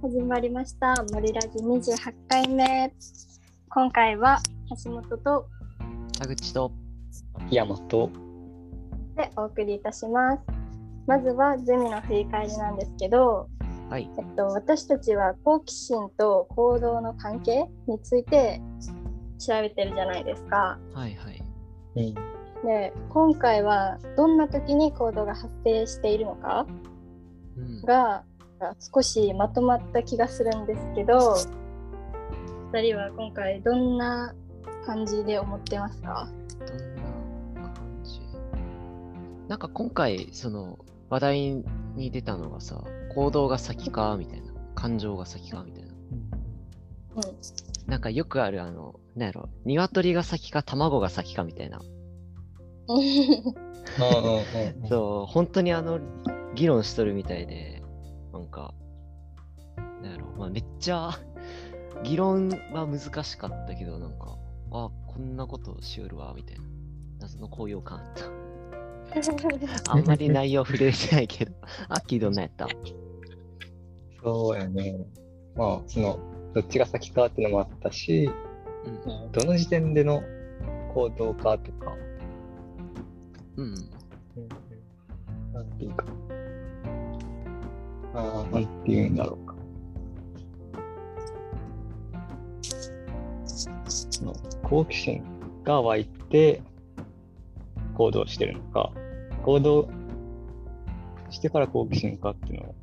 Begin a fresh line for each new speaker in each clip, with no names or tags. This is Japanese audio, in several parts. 始まりました「森ラジ28回目」今回は橋本と
田口と
秋山と
でお送りいたしますまずはゼミの振り返りなんですけど、
はい
えっと、私たちは好奇心と行動の関係について調べてるじゃないですか
はいはい
うん
で今回はどんな時に行動が発生しているのか
うん
が少しまとまった気がするんですけど2人は今回どんな感じで思ってますか
どんな感じなんか今回その話題に出たのがさ行動が先かみたいな感情が先かみたいな
うん
なんかよくあるあのなんやろ鶏が先か卵が先かみたいな
そう
そう本当にあの議論しとるみたいでなんかなんやろまあめっちゃ議論は難しかったけどなんかあこんなことしうるわみたいな謎の高揚感あったあんまり内容触れてないけ ど、アッキーどんなやった
そうやねまあそのどっちが先かっていうのもあったし
うん。
どの時点での行動かとか
うん。
なんていうかあーなんていうんだろうかその好奇心が湧いて行動してるのか行動してから好奇心かっていうの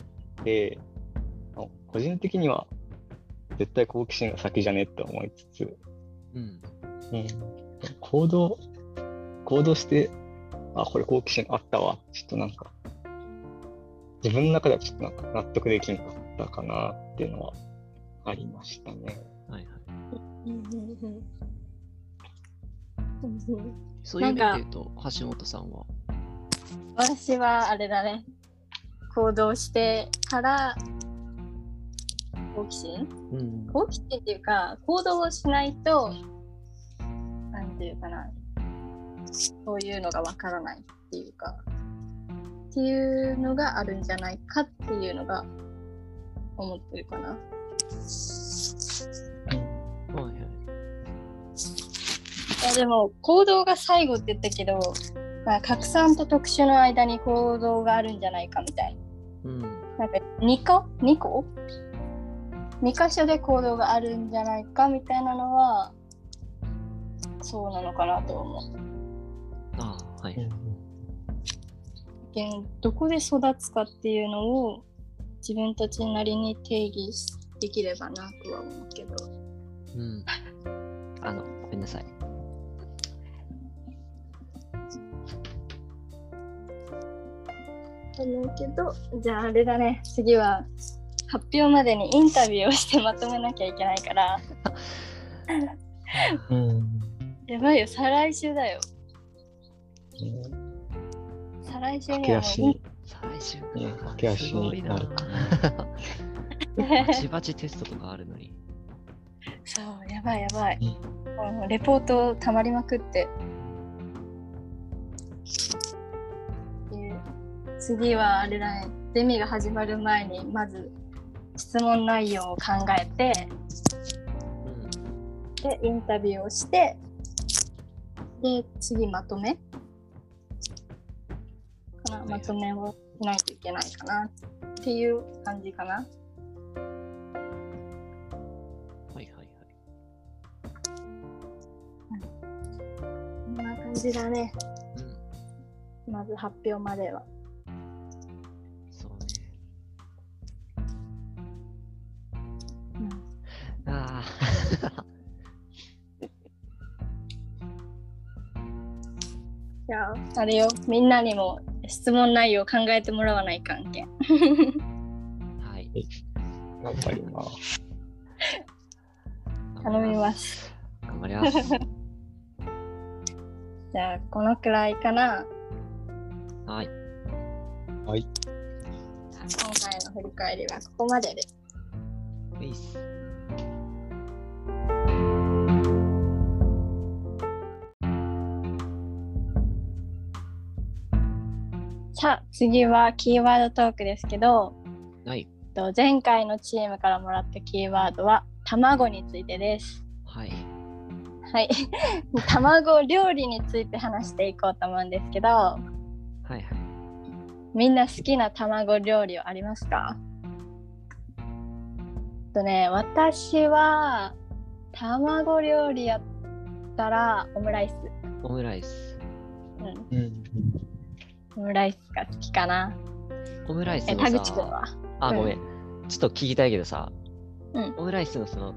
であ個人的には絶対好奇心が先じゃねって思いつつ、
うん。
うん、行動行動してあこれ好奇心あったわちょっとなんか自分の中ではちょっとなんか納得できなかったかなっていうのはありましたね
はいはい。そういう
なん
意味
か
で言うと、橋本さんは。
私はあれだね行動してから好奇心
うん。
好奇心っていうか行動をしないとなんていうかなそういうのがわからないっていうかっていうのがあるんじゃないかっていうのが思ってるかな。
はいはい。
いやでも行動が最後って言ったけど、まあ、拡散と特殊の間に行動があるんじゃないかみたい
うん。
ななんか2個 ?2 個 ?2 箇所で行動があるんじゃないかみたいなのはそうなのかなと思う。
ああ、はい。
けんどこで育つかっていうのを自分たちなりに定義できればなとは思うけど
うん。あの、ごめんなさい。
思うけどじゃああれだね次は発表までにインタビューをしてまとめなきゃいけないから
うん
やばいよ再来週だよ再来週に
駆け
はもうイン
足
最終
ね
回
駆け足
すごい
に
な
な。るかな
バチバチテストとかあるのに。
そうやばいやばい
うん
もうレポートたまりまくってで次はあれだねゼミが始まる前にまず質問内容を考えて
うん。
でインタビューをしてで次まとめかな、
はいは
ま
い
とめをしないといけないかなっていう感じかな
はいはいはい。
こんな感じだね
うん。
まず発表までは
そうね。ああ。
じゃああれよみんなにも質問内容を考えてもらわない関係
はい。。
頑張ります
頼みます
頑張 ります。
じゃあこのくらいかな
はい。
はい
今回の振り返りはここまでです
いいっす。
さあ次はキーワードトークですけど
はい。
と前回のチームからもらったキーワードは卵についてです。
はい。
はい、 卵料理について話していこうと思うんですけど、
はいはい。
みんな好きな卵料理はありますかえっとね、私は卵料理やったらオムライス、
オムライス。
うん、
うん。
オムライスが好きかな。
オムライス
え、
の
田口くん
さ、
は
あ、
うん
ごめん。ちょっと聞きたいけどさ、
うん
オムライスのその、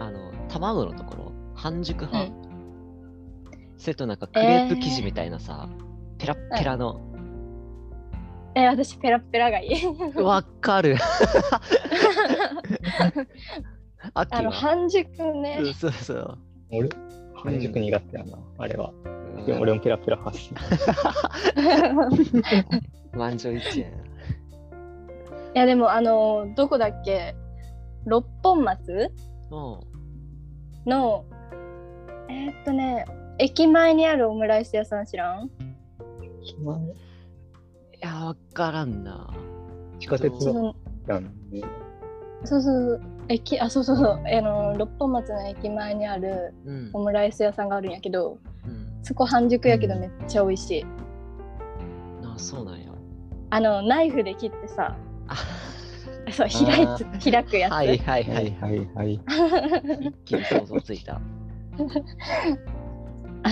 あの、卵のところ、半熟派、
う
それとなんかクレープ生地みたいなさ、ペラッペラの、
え、私ペラッペラがいい。
わか る。あっ
あの半熟ね。
うんそうそう。
俺、半熟苦手だな、あれは。でも俺もペラペラ発信。
満場一致 や
いやでもあのどこだっけ六本松
な。おう
のえーっとね駅前にあるオムライス屋さん知らん
いや、わからんな。
地下鉄
そ
だ
の
ったんで、
そうそうそう駅あそうそうそうあの六本松の駅前にある
うん
オ。ムライス屋さんがあるんやけど
うん、
そこ半熟やけどめっちゃ美味しい
あ、そうなんや。
あのナイフで切ってさ
あ
そう開い
あ
つ開くやつ、
はいはいは
はいい。はいはい。
一気に想像ついた。
あ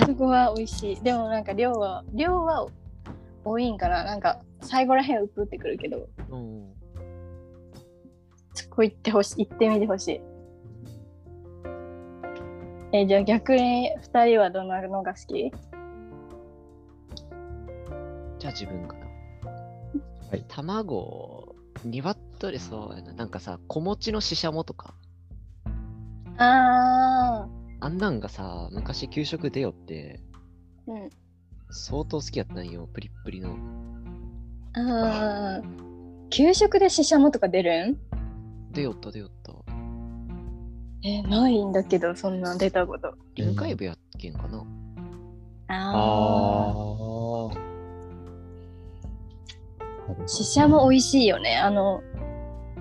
そこは美味しいでもなんか量は量は多いんかななんか最後らへんうぷってくるけど
うん。
そこ行ってほしい行ってみてほしいえじゃあ逆に2人はどんなのが好き
じゃあ自分かな。
はい
卵、鶏そうやな。なんかさ、小餅のししゃもとか。
ああ
あんなんがさ、昔給食出よって、
うん
相当好きやったんよ。プリップリの。
あー給食でししゃもとか出るん
出よった出よった。
えないんだけどそんなん出たこと
臨海部やっけんかな。
あ
あ
あ。
あししゃも美味しいよねあの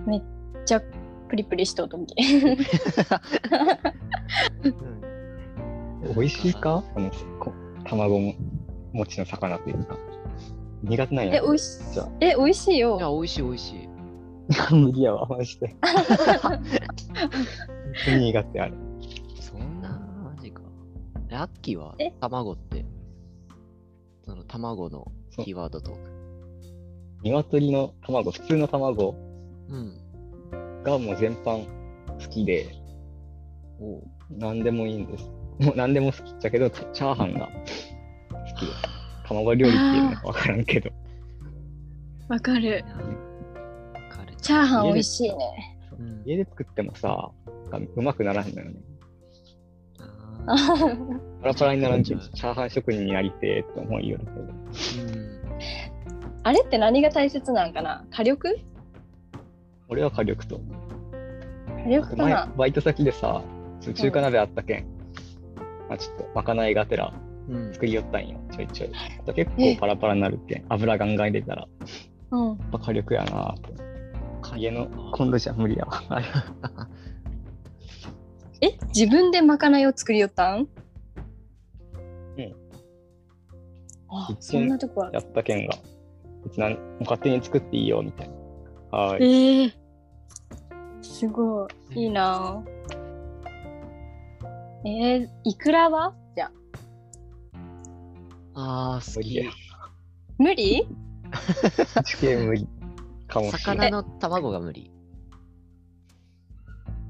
めっちゃプリプリしとうとき
美味しいかこのこ卵も餅の魚というか。苦手なん
え
や。
おいし
じゃあ
え美味しい
いや、
よ
美味しい美味しい。
無理やわ、マジで。 本当に苦手あれ。
そんな、マジか。えアッキーは
え
卵って、その卵のキーワードと。
鶏の卵、普通の卵
うん。
がもう全般好きで、
おう
何でもいいんです。もう何でも好きだけど、チチャーハンが好きで。卵料理っていうのかわからんけど。
わか
い
る
やわかる
チャーハン美味しいね
うん
家で作ってもさ、なんかうまくならへんのよね。
あ
パラパラにならんけど、
うん
チャーハン職人になりてーって思いよるけど。
ーうん
あれって何が大切なんかな火力
俺は火力と。
火力か
前
な
バイト先でさ、その中華鍋あったけん、まあ、ちょっとまかないがてら
うん。
作りよったんよ、ちょいちょい。あと結
え
構パラパラになるけん、油ガンガン入れたら、や
うん
っぱ火力やなーって。家のコ
今
ン
度
ロじゃ無理やわ。あれ
え自分でまかないを作りよったん
うん
あ
一
そんなとこは
やったけんが、別になんもう勝手に作っていいよみたいな。はーい。
ええすごいいいなぁえー、いくらはじゃあ
ああ、好
無理
き
や。。
無理
地形無理かもしれな
魚
い。
の卵が無理。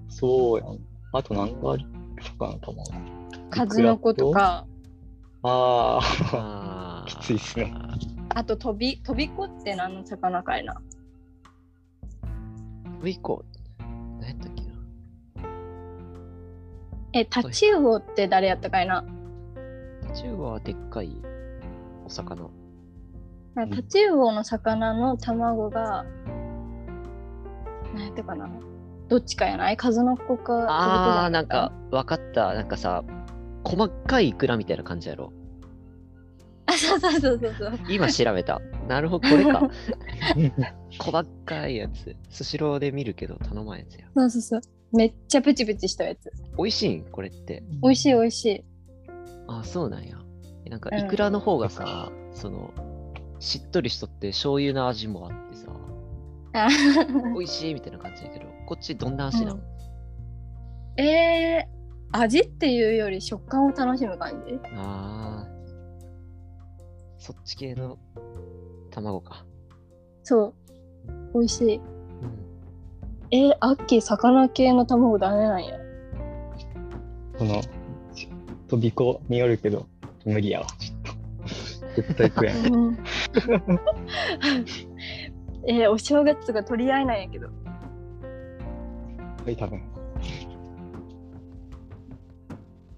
そうやん。あと何がある魚の卵。
数の子とか
ああ、
あー
きついっすね。
あと飛び飛び子って何の魚かいな
ウイコ。何やったっけな
えタチウオって誰やったかいな
中国はでっかいお魚。
なんかタチウオの魚の卵が何やったかなどっちかやない数の子か
あ
飛
あ、
び子じゃ
なんか分かった。なんかさ、細かいイクラみたいな感じやろ。
あそうそうそうそうそう
今調べた。なるほど、これか。小ばっかいやつ。スシローで見るけど頼まんやつや。
そうそうそう。めっちゃプチプチしたやつ。
美味しいんこれって。
美味しい美味しい。
あ、そうなんや。えなんか
うん
イクラの方がさ、その、しっとりしとって醤油の味もあってさ、
あ
美味しいみたいな感じやけど、こっちどんな味なの、
うえー、味っていうより食感を楽しむ感じ
ああ。そっち系の卵か。
そう。美味しい。
うん。
えー、アッキー、魚系の卵ダメなんや。
この、ち飛び子によるけど、無理やわ。ちょっと絶対食えん。
えー、お正月が取り合いなんやけど。
はい、多分。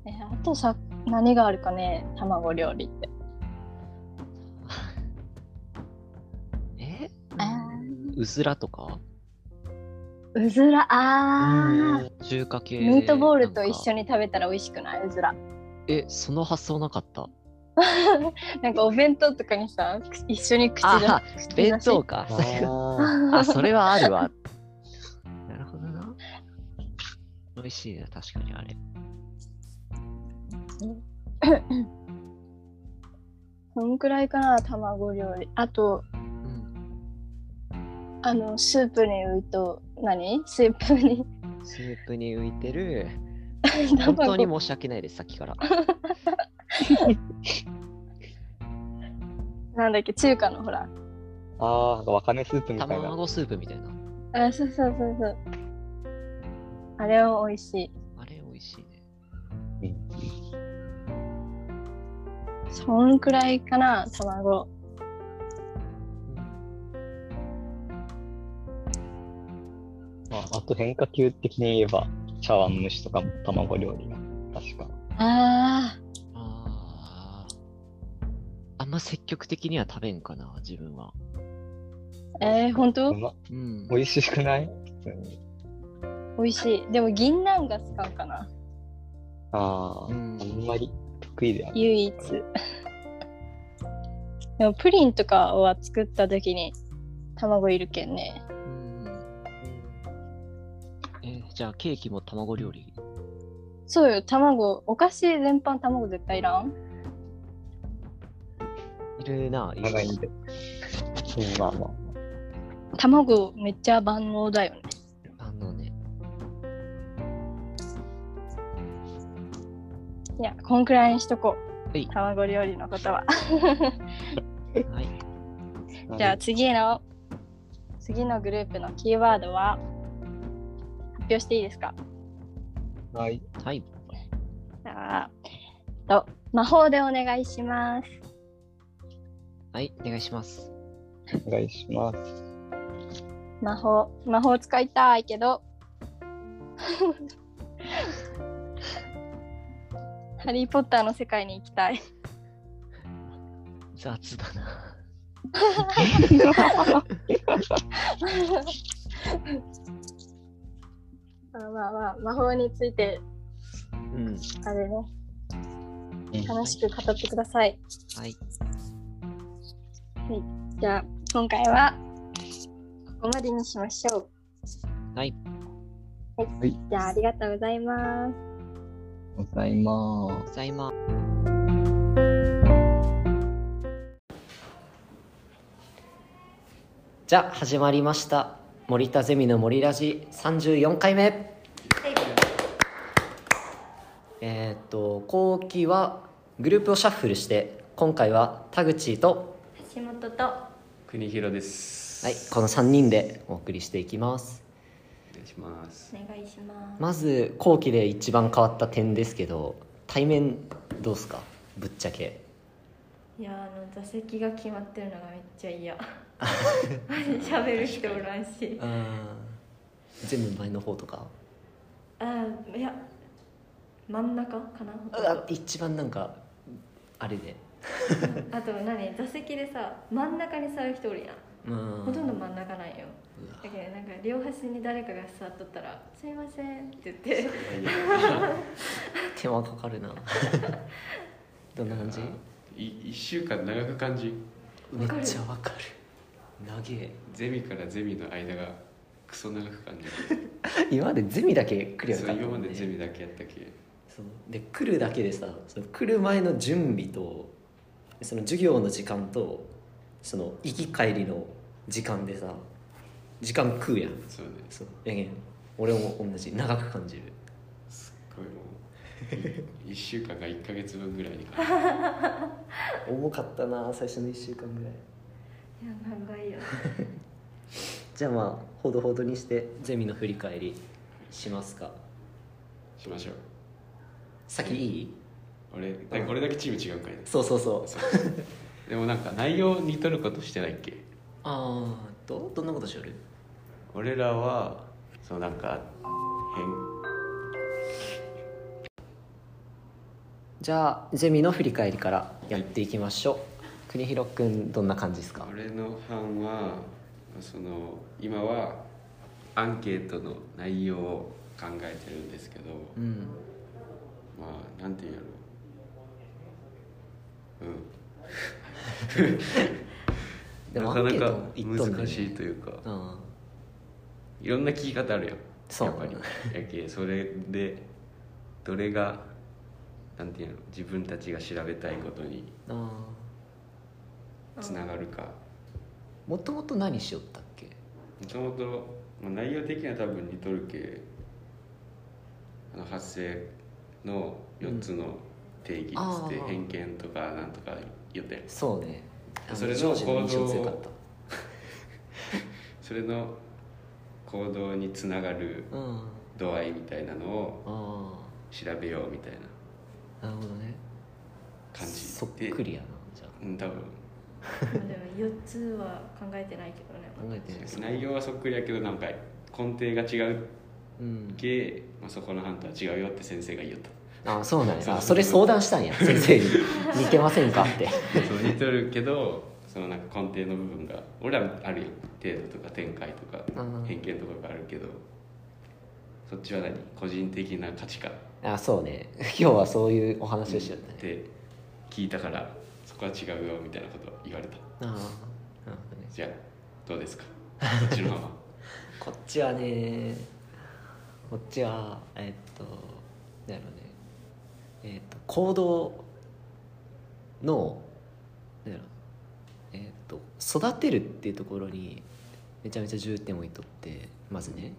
えーあとさ、何があるかね、卵料理って。
え
あ
うずらとか
ーうずら、あー。
中華系
ミートボールと一緒
に。
に食べたら美味しくないうずら。
え、その発想なかった。
なんかお弁当とかにさ、く一緒に口出し
あ
口出し
弁当か。あ、それはあるわ。 なるほどな。美味しいな、確かにあれ。
そんくらいかな、卵料理。あと、
うん。
あの、スープに浮いと、何スープに
スープに浮いてる。
卵。
本当に申し訳ないです、さっき から。
なんだっけ、中華のほら。
あー、なんかわかめスープみたいな。
卵スープみたいな。
あ、そうそうそうそう。あれは美味しい。
あれ、美味しいね。
そんくらいかな、卵。
まあ、あと変化球的に言えば、茶碗蒸しとかも卵料理が、確か。
あ
ああ。あんま積極的には食べんかな、自分は。
あ、えー、本当
うま
うん。
美味しくない普通に。
美味しい。でも、銀杏が使うかな、
ああ、
うん
あんまり得意ではない。
唯一。 でも、プリンとかは作った時に卵いるけんね。
うんえーじゃあ、ケーキも卵料理
そうよ、卵、お菓子全般卵絶対いらん
いるな、いる
長いんで。うん、まあまあ。
卵めっちゃ万能だよね。
あのね。
いや、こんくらいにしとこ。
はいう
卵料理のことは。
はい。
じゃあ次の次のグループのキーワードは発表していいですか
あ、はい。
はい。
じゃあと魔法でお願いします。
はい、お願いします。
お願いし ます。
魔法魔法使いたいけど ハリー・ポッターの世界に行きた い。
雑だな。
まあまあまあ魔法について
うん。
あれね
うん
楽しく語ってください。
はい。
じゃあ今回はここまでにしましょう。
はい。
はい
じゃあありがとうございます。
ございます。
ございます。じゃあ始まりました森田ゼミの森ラジ34回目えーっと後期はグループをシャッフルして今回は田口と
橋本と
国広です。
はいこの3人でお送りしていきます
お願いします。
お願いします。
まず後期で一番変わった点ですけど対面どうすかぶっちゃけ
いやあの座席が決まってるのがめっちゃ 嫌喋る人おらんし
全部前の方とか
ああいや真ん中かなほとんど
あ一番なんかあれで
あと何座席でさ真ん中に座る人おるやん、
うん
ほとんど真ん中なんよだけどなんか両端に誰かが座っとったら「すいません」って言って
手間かか るなどんな感じ
い一週間長く感じ。
めっちゃわかる
長え
ゼミからゼミの間がクソ長く感じる
今までゼミだけ来りゃよ
そう
かったも
今ま
んね
でゼミだけやったけ
そうで来るだけでさその来る前の準備とその授業の時間とその行き帰りの時間でさ時間食うやん
そうね
そうやけん俺も同じ長く感じる
すっごいもう1週間が1か月分ぐらいに感じる
重かったな最初の1週間ぐらい
いや長いよ
じゃあまあほどほどにしてゼミの振り返りしますか
しましょう
先いい
俺だ俺だけチーム違うんかいな
そうそうそう
でもなんか内容にとることしてないっけ
ああとどんなことしよる
俺らはそのなんか変
じゃあゼミの振り返りからやっていきましょう国広くんどんな感じですか
俺の班はその今はアンケートの内容を考えてるんですけど、
うん
まあなんて言うんやろううん
でもアン
なか
ケ
な
ー
か
ト行っとんだよね
難しいというか
うん
いろんな聞き方あるやん
そう
やっぱりやけそれでどれがなんていうの自分たちが調べたいことに
あ
つながるか
もともと何しよったっけ
もともとまあ内容的には多分似とるけあの発生の4つの定義っつって、
あー
偏見とかなんとか言ったやん
そうねあ
それの
ジョージの印象
行動
強かっ
それの行動につながる
たうんあ
度合いみたいなのを
あ
調べようみたいな
なるほどね
感じ
そっくりやなじゃあ
うん多分
でも4つは考えてないけどね
考えてないです
内容はそっくりやけどなんか根底が違う
うん
け、まあ、そこの判断は違うよって先生が言おった
ああそうなん
そう
やあそれ相談したんや先生に似てませんかって
そう似とるけどそのなんか根底の部分が俺らあるよ程度とか展開とか
うん
偏見とかがあるけどそっちは何個人的な価値観っ
ああそうね今日はそういうお話をしよったね
て聞いたからそこは違うよみたいなこと言われた
ああなるほどね
じゃあどうです かそっちのまま
こっちはねこっちはえっとなんやろねえっと行動のなんやろえっと育てるっていうところにめちゃめちゃ重点を置いとってまずね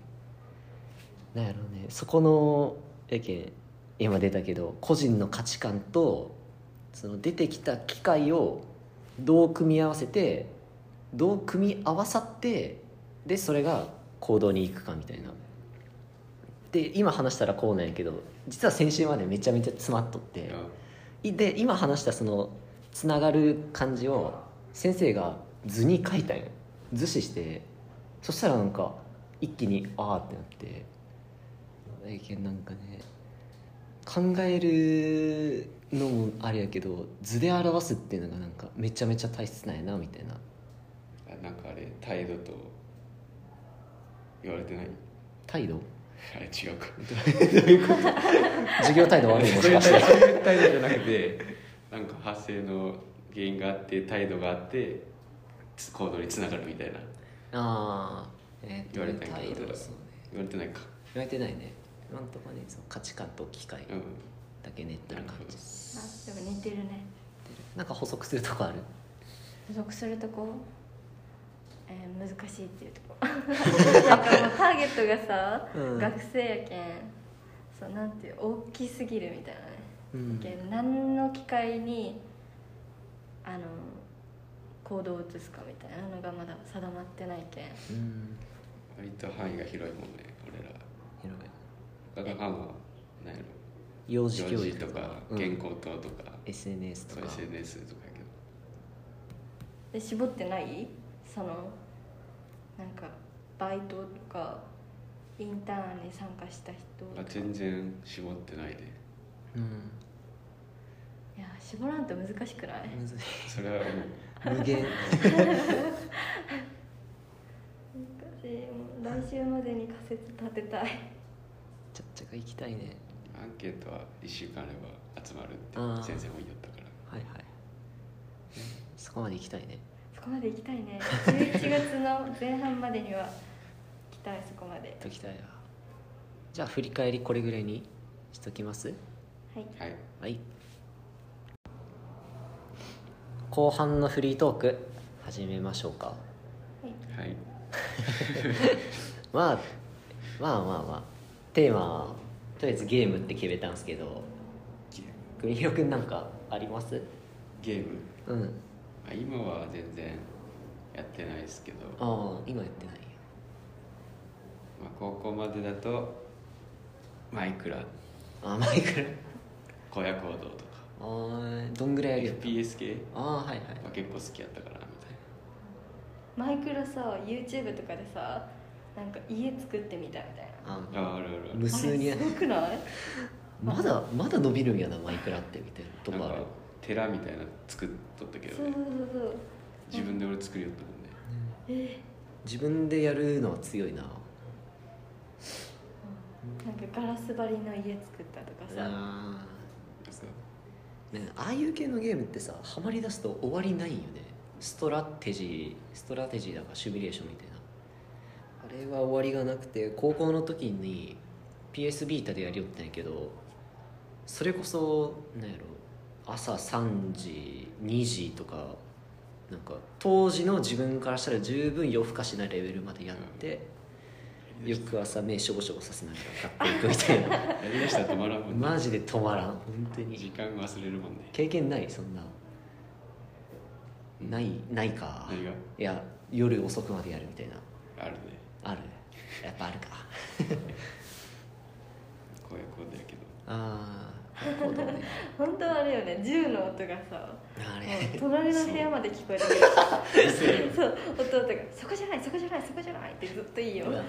なんやろねそこのやけん今出たけど個人の価値観とその出てきた機会をどう組み合わせてどう組み合わさってでそれが行動に行くかみたいなで今話したらこうなんやけど実は先週までめちゃめちゃ詰まっとっていで今話したそのつながる感じを先生が図に書いたんよ図示してそしたらなんか一気にああってなってえけんなんかね考えるのもあれやけど図で表すっていうのがなんかめちゃめちゃ大切なんやなみたいな
あなんかあれ態度と言われてない
態度
あれ違うか
授業態度悪いも
そう
し
い
かし
う態
て
度そういう態度じゃなくてなんか発生の原因があって態度があってつ行動につながるみたいな
ああえーと
言われたんや
態
けど
度そうね
言われてないか
言われてないね今んとこねその価値観と機会
うん
だけ練ってる感じ
あでも似てるね
なんか補足するとこある
補足するとこ、えー難しいっていうと こなんかもうターゲットがさ、
うん
学生やけんそうなんていう大きすぎるみたいなね、
うん
けん何の機会にあの行動を移すかみたいなのがまだ定まってないけん
うん
割と範囲が広いもんね俺ら
広い
他の班は何やろ
幼児
幼
教
児
育
とか
うん
健康等とか、
SNS と
そう
か
SNS とかやけ
で絞ってないそのなんかバイトとかインターンに参加した人
どあ全然絞ってないで
うん
いや絞らんと難しくない
むず い
それはもう
無限
難しいもう来週までに仮説立て たい
ちゃっちゃが行きたいね
アンケートは1週間あれば集まるって
あー
先生も言ったか
は
ら
いはいそこまで行きたいね
そこまで行きたいね11月半前半までには来たいそこまで
ときたいなじゃあ振り返りこれぐらいにしときます
はい
はい
はい後半のフリートーク始めましょうか
はい
まあまあまあまあテーマはとりあえずゲームって決めたんですけど
ゲ
国広くんなんかあります
ゲーム
うん
あ今は全然やってないですけど、ま
ああ今やってないよ
あ、高校までだとマイクラ
あマイクラ
荒野行動とか
あーどんぐらいやるよ
FPS 系
ああはいはい
は結構好きやったからみたいな
マイクラさ YouTube とかでさなんか家作ってみたみたいな
あ
ああるある
無数に
あれすご くない
まだまだ伸びるんやなマイクラってみたいなと
ある
こ
な
あ
ん
る
か寺みたいなの作っとったけ
そ
ど
うそう
ね
そうそう
自分で俺作りよったもんね
自分でやるのは強いな
なんかガラス張りの家作ったとかさ
あ
なんか
ーねああいう系のゲームってさハマりだすと終わりないよねストラテジーストラテジーだからシミュレーションみたいなあれは終わりがなくて高校の時に PS ビータでやりよったんやけどそれこそなんやろ朝3時2時とかなんか当時の自分からしたら十分夜更かしなレベルまでやって、翌朝目しょぼしょぼさせながら買っていくみたいな
やりだしたら止まらんも んね
マジで止まらん本当
時
に
間忘れるもんね
経験ないそんなないないか
何が
いや夜遅くまでやるみたいな
あるね
あるやっぱあるか
荒野行動やけど
ああなるほど ね
本当はあれよね銃の音がさ
あ
もう
れ
隣の部屋まで聞こえてくる そう弟が「そこじゃないそこじゃないそこじゃない」ってずっといいよ
うわ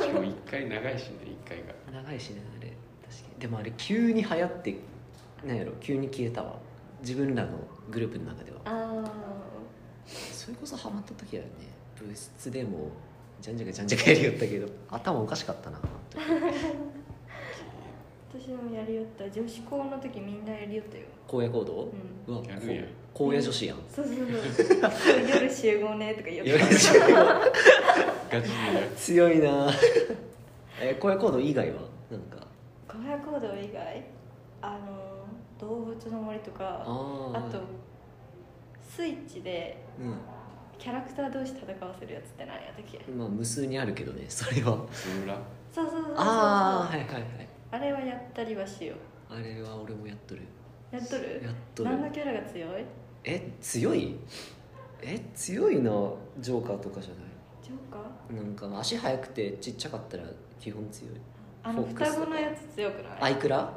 しかも一回長いしね一回が
長いしねあれ確かにでもあれ急に流行ってなんやろ急に消えたわ自分らのグループの中では
あー
それこそハマった時だよね部室でもじゃんじゃかじゃんじゃかやりよったけど頭おかしかったな
私もやりよった女子校の時みんなやりよったよ、
荒野行動
う、ん、
うわこ
やるやん
荒野女子やん
そうそうそう夜集合ねとか言っ
夜
て
女子
ガチでやる
強いなえ荒野行動以外はなんか
た荒野行動以外あの動物の森とかあ
あー
とスイッチで
う
キャラクター同士戦わせるやつって何やったっけ
んまあ無数にあるけどねそれは
その裏
そうそうそうそうそう
ああはいはいはい
あれはやったりはしよう
あれは俺もやっとる
やっとる
やっとる
何のキャラが強い
え強いえ強いなジョーカーとかじゃない
ジョーカー
なんか足速くてちっちゃかったら基本強い
あの
フォックス
双子のやつ強くな
ア
い
イクラ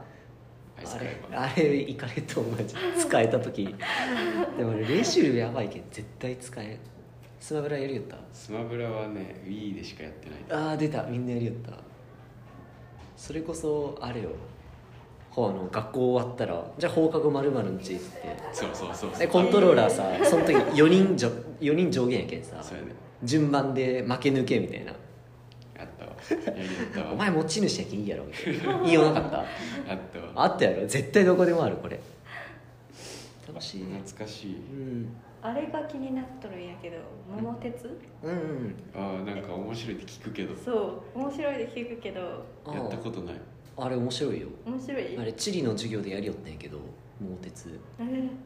アイス
あ
クライ
れ
マー
あれいかれと同じ使えた時でも俺レシルやばいけん絶対使えんスマブラやりよった
スマブラはね Wii でしかやってない
ああ出たみんなやりよったそれこそあれよほうあの学校終わったらじゃあ放課後まるまるのちって
そうそうそうそ
で
う
コントローラーさその時4人じょ4人上限やけんさ
そうやね
順番で負け抜けみたいな
あったわやりよった
お
わ
前持ち主やけんいいやろみたいな言いようなかった
あったわ
あったやろ絶対どこでもあるこれ楽しいね
懐かしい
うん
あれが気になっとるんやけど桃鉄、
うんうん
あーなんか面白いって聞くけど
そう面白いで聞くけど
あ
やった
ー
ことない
あれ面白いよ
面白い
あれ地理の授業でやりよったんやけど桃鉄
え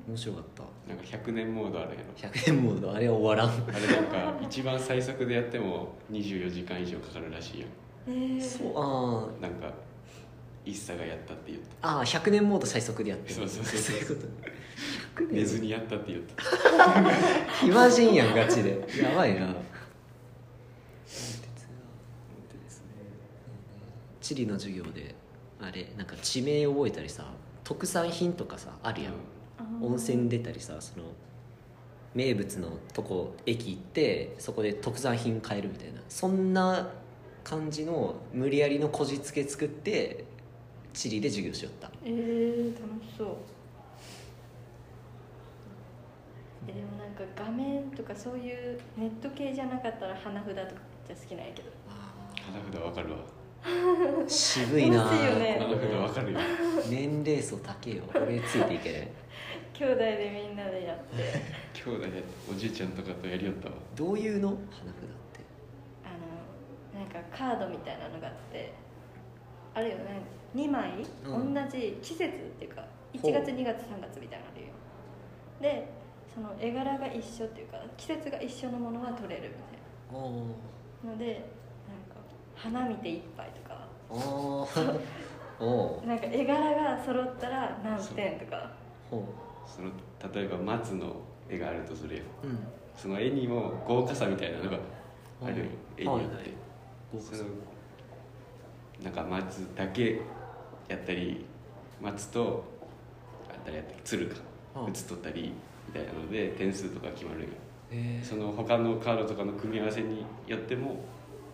面白かった
なんか100年モードあるやろ
100円モードあれは終わらん
あれなんか 一番最速でやっても24時間以上かかるらしいやん
えー
そうあ
なんか一茶がやったって言った
あああ100年モード最速でやって
そうそうそう
そ
そうう
いうこと100
寝
年
ずにやったって言った
暇人やんガチでやばいな地理の授業であれなんか地名覚えたりさ特産品とかさあるやん、
あー
温泉出たりさその名物のとこ駅行ってそこで特産品買えるみたいなそんな感じの無理やりのこじつけ作って地理で授業しよった
えー、楽しそうえでもなんか画面とかそういうネット系じゃなかったら花札とかめっちゃ好きなんやけど
花札わかるわ
渋いな
楽しいよね
なんかわかるよ
年齢層高えよ俺ついていけない
兄弟でみんなでやって
兄弟でおじいちゃんとかとやりよったわ
どういうの花札って
あのなんかカードみたいなのがあってあるよね2枚、
うん
同じ季節っていうか1
ほう
月2月3月みたいなのあるよでその絵柄が一緒っていうか季節が一緒のものは取れるみた
あー
いなのでなんか花見て一杯とか
あーおう
なんか絵柄が揃ったら何点とか
ほ
その例えば松の絵があるとするやん
ううん
その絵にも豪華さみたいなのがあるよ絵によっ
はいはい
てそのなんか松だけやったり松とあ誰やったっけ鶴か
うん
写っとったりみたいなので点数とか決まるんよ
え
その他のカードとかの組み合わせによっても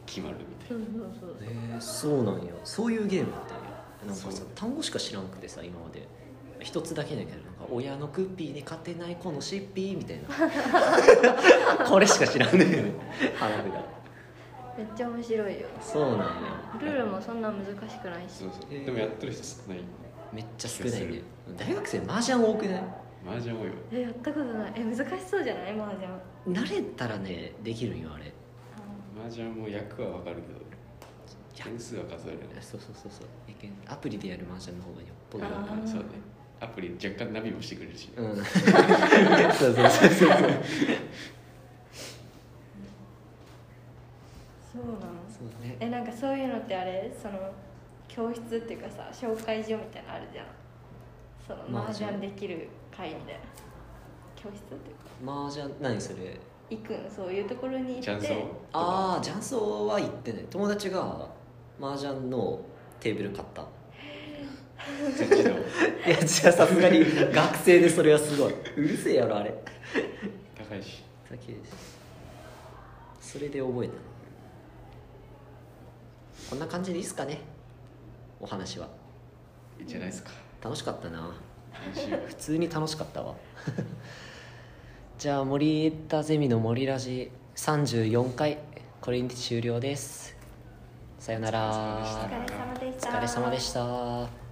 決まるみたいな
そうそうそ
え
う
ーそうなんやそういうゲームだったんやなんか
そ
さ
う
単語しか知らんくてさ今まで一つだけだけどなんか親のクッピーに勝てないこのシッピーみたい なこれしか知らんねんよ花札
めっちゃ面白いよ
そうなんや
ルールもそんな難しくないし
そうそう、
へー
でもやってる人少ない
めっちゃ少ないね大学生麻雀多くない
麻雀多いよ
えやったことないえ難しそうじゃないマージャン
慣れたらねできるんよあれ
麻雀も役は分かるけど
や
点数は数えるね
そうそうそうそうやけんアプリでやる麻雀の方がよっぽど
あー
そうねアプリ若干ナビもしてくれるし、ね
うん そうそうそうそうそう
そうなの
そうね
えなんかそういうのってあれその教室っていうかさ紹介所みたいなのあるじゃんその
まあ
麻雀できる会みたいな教室っていうか
麻雀何それ
行くんそういうところに
チャ
行っ
ンスを
て
ああ雀荘は行ってない友達が麻雀のテーブル買った
そっ
い
ちの
や違うさすがに 学生でそれはすごいうるせえやろあれ
高いし
だけですそれで覚えたこんな感じでいいっすかねお話はい
いじゃない ですか
楽しかったな
楽しいよ
普通に楽しかったわ じゃあ森田ゼミの森ラジ34回これにて終了ですさよなら
お疲れ様でした
お疲れ様でした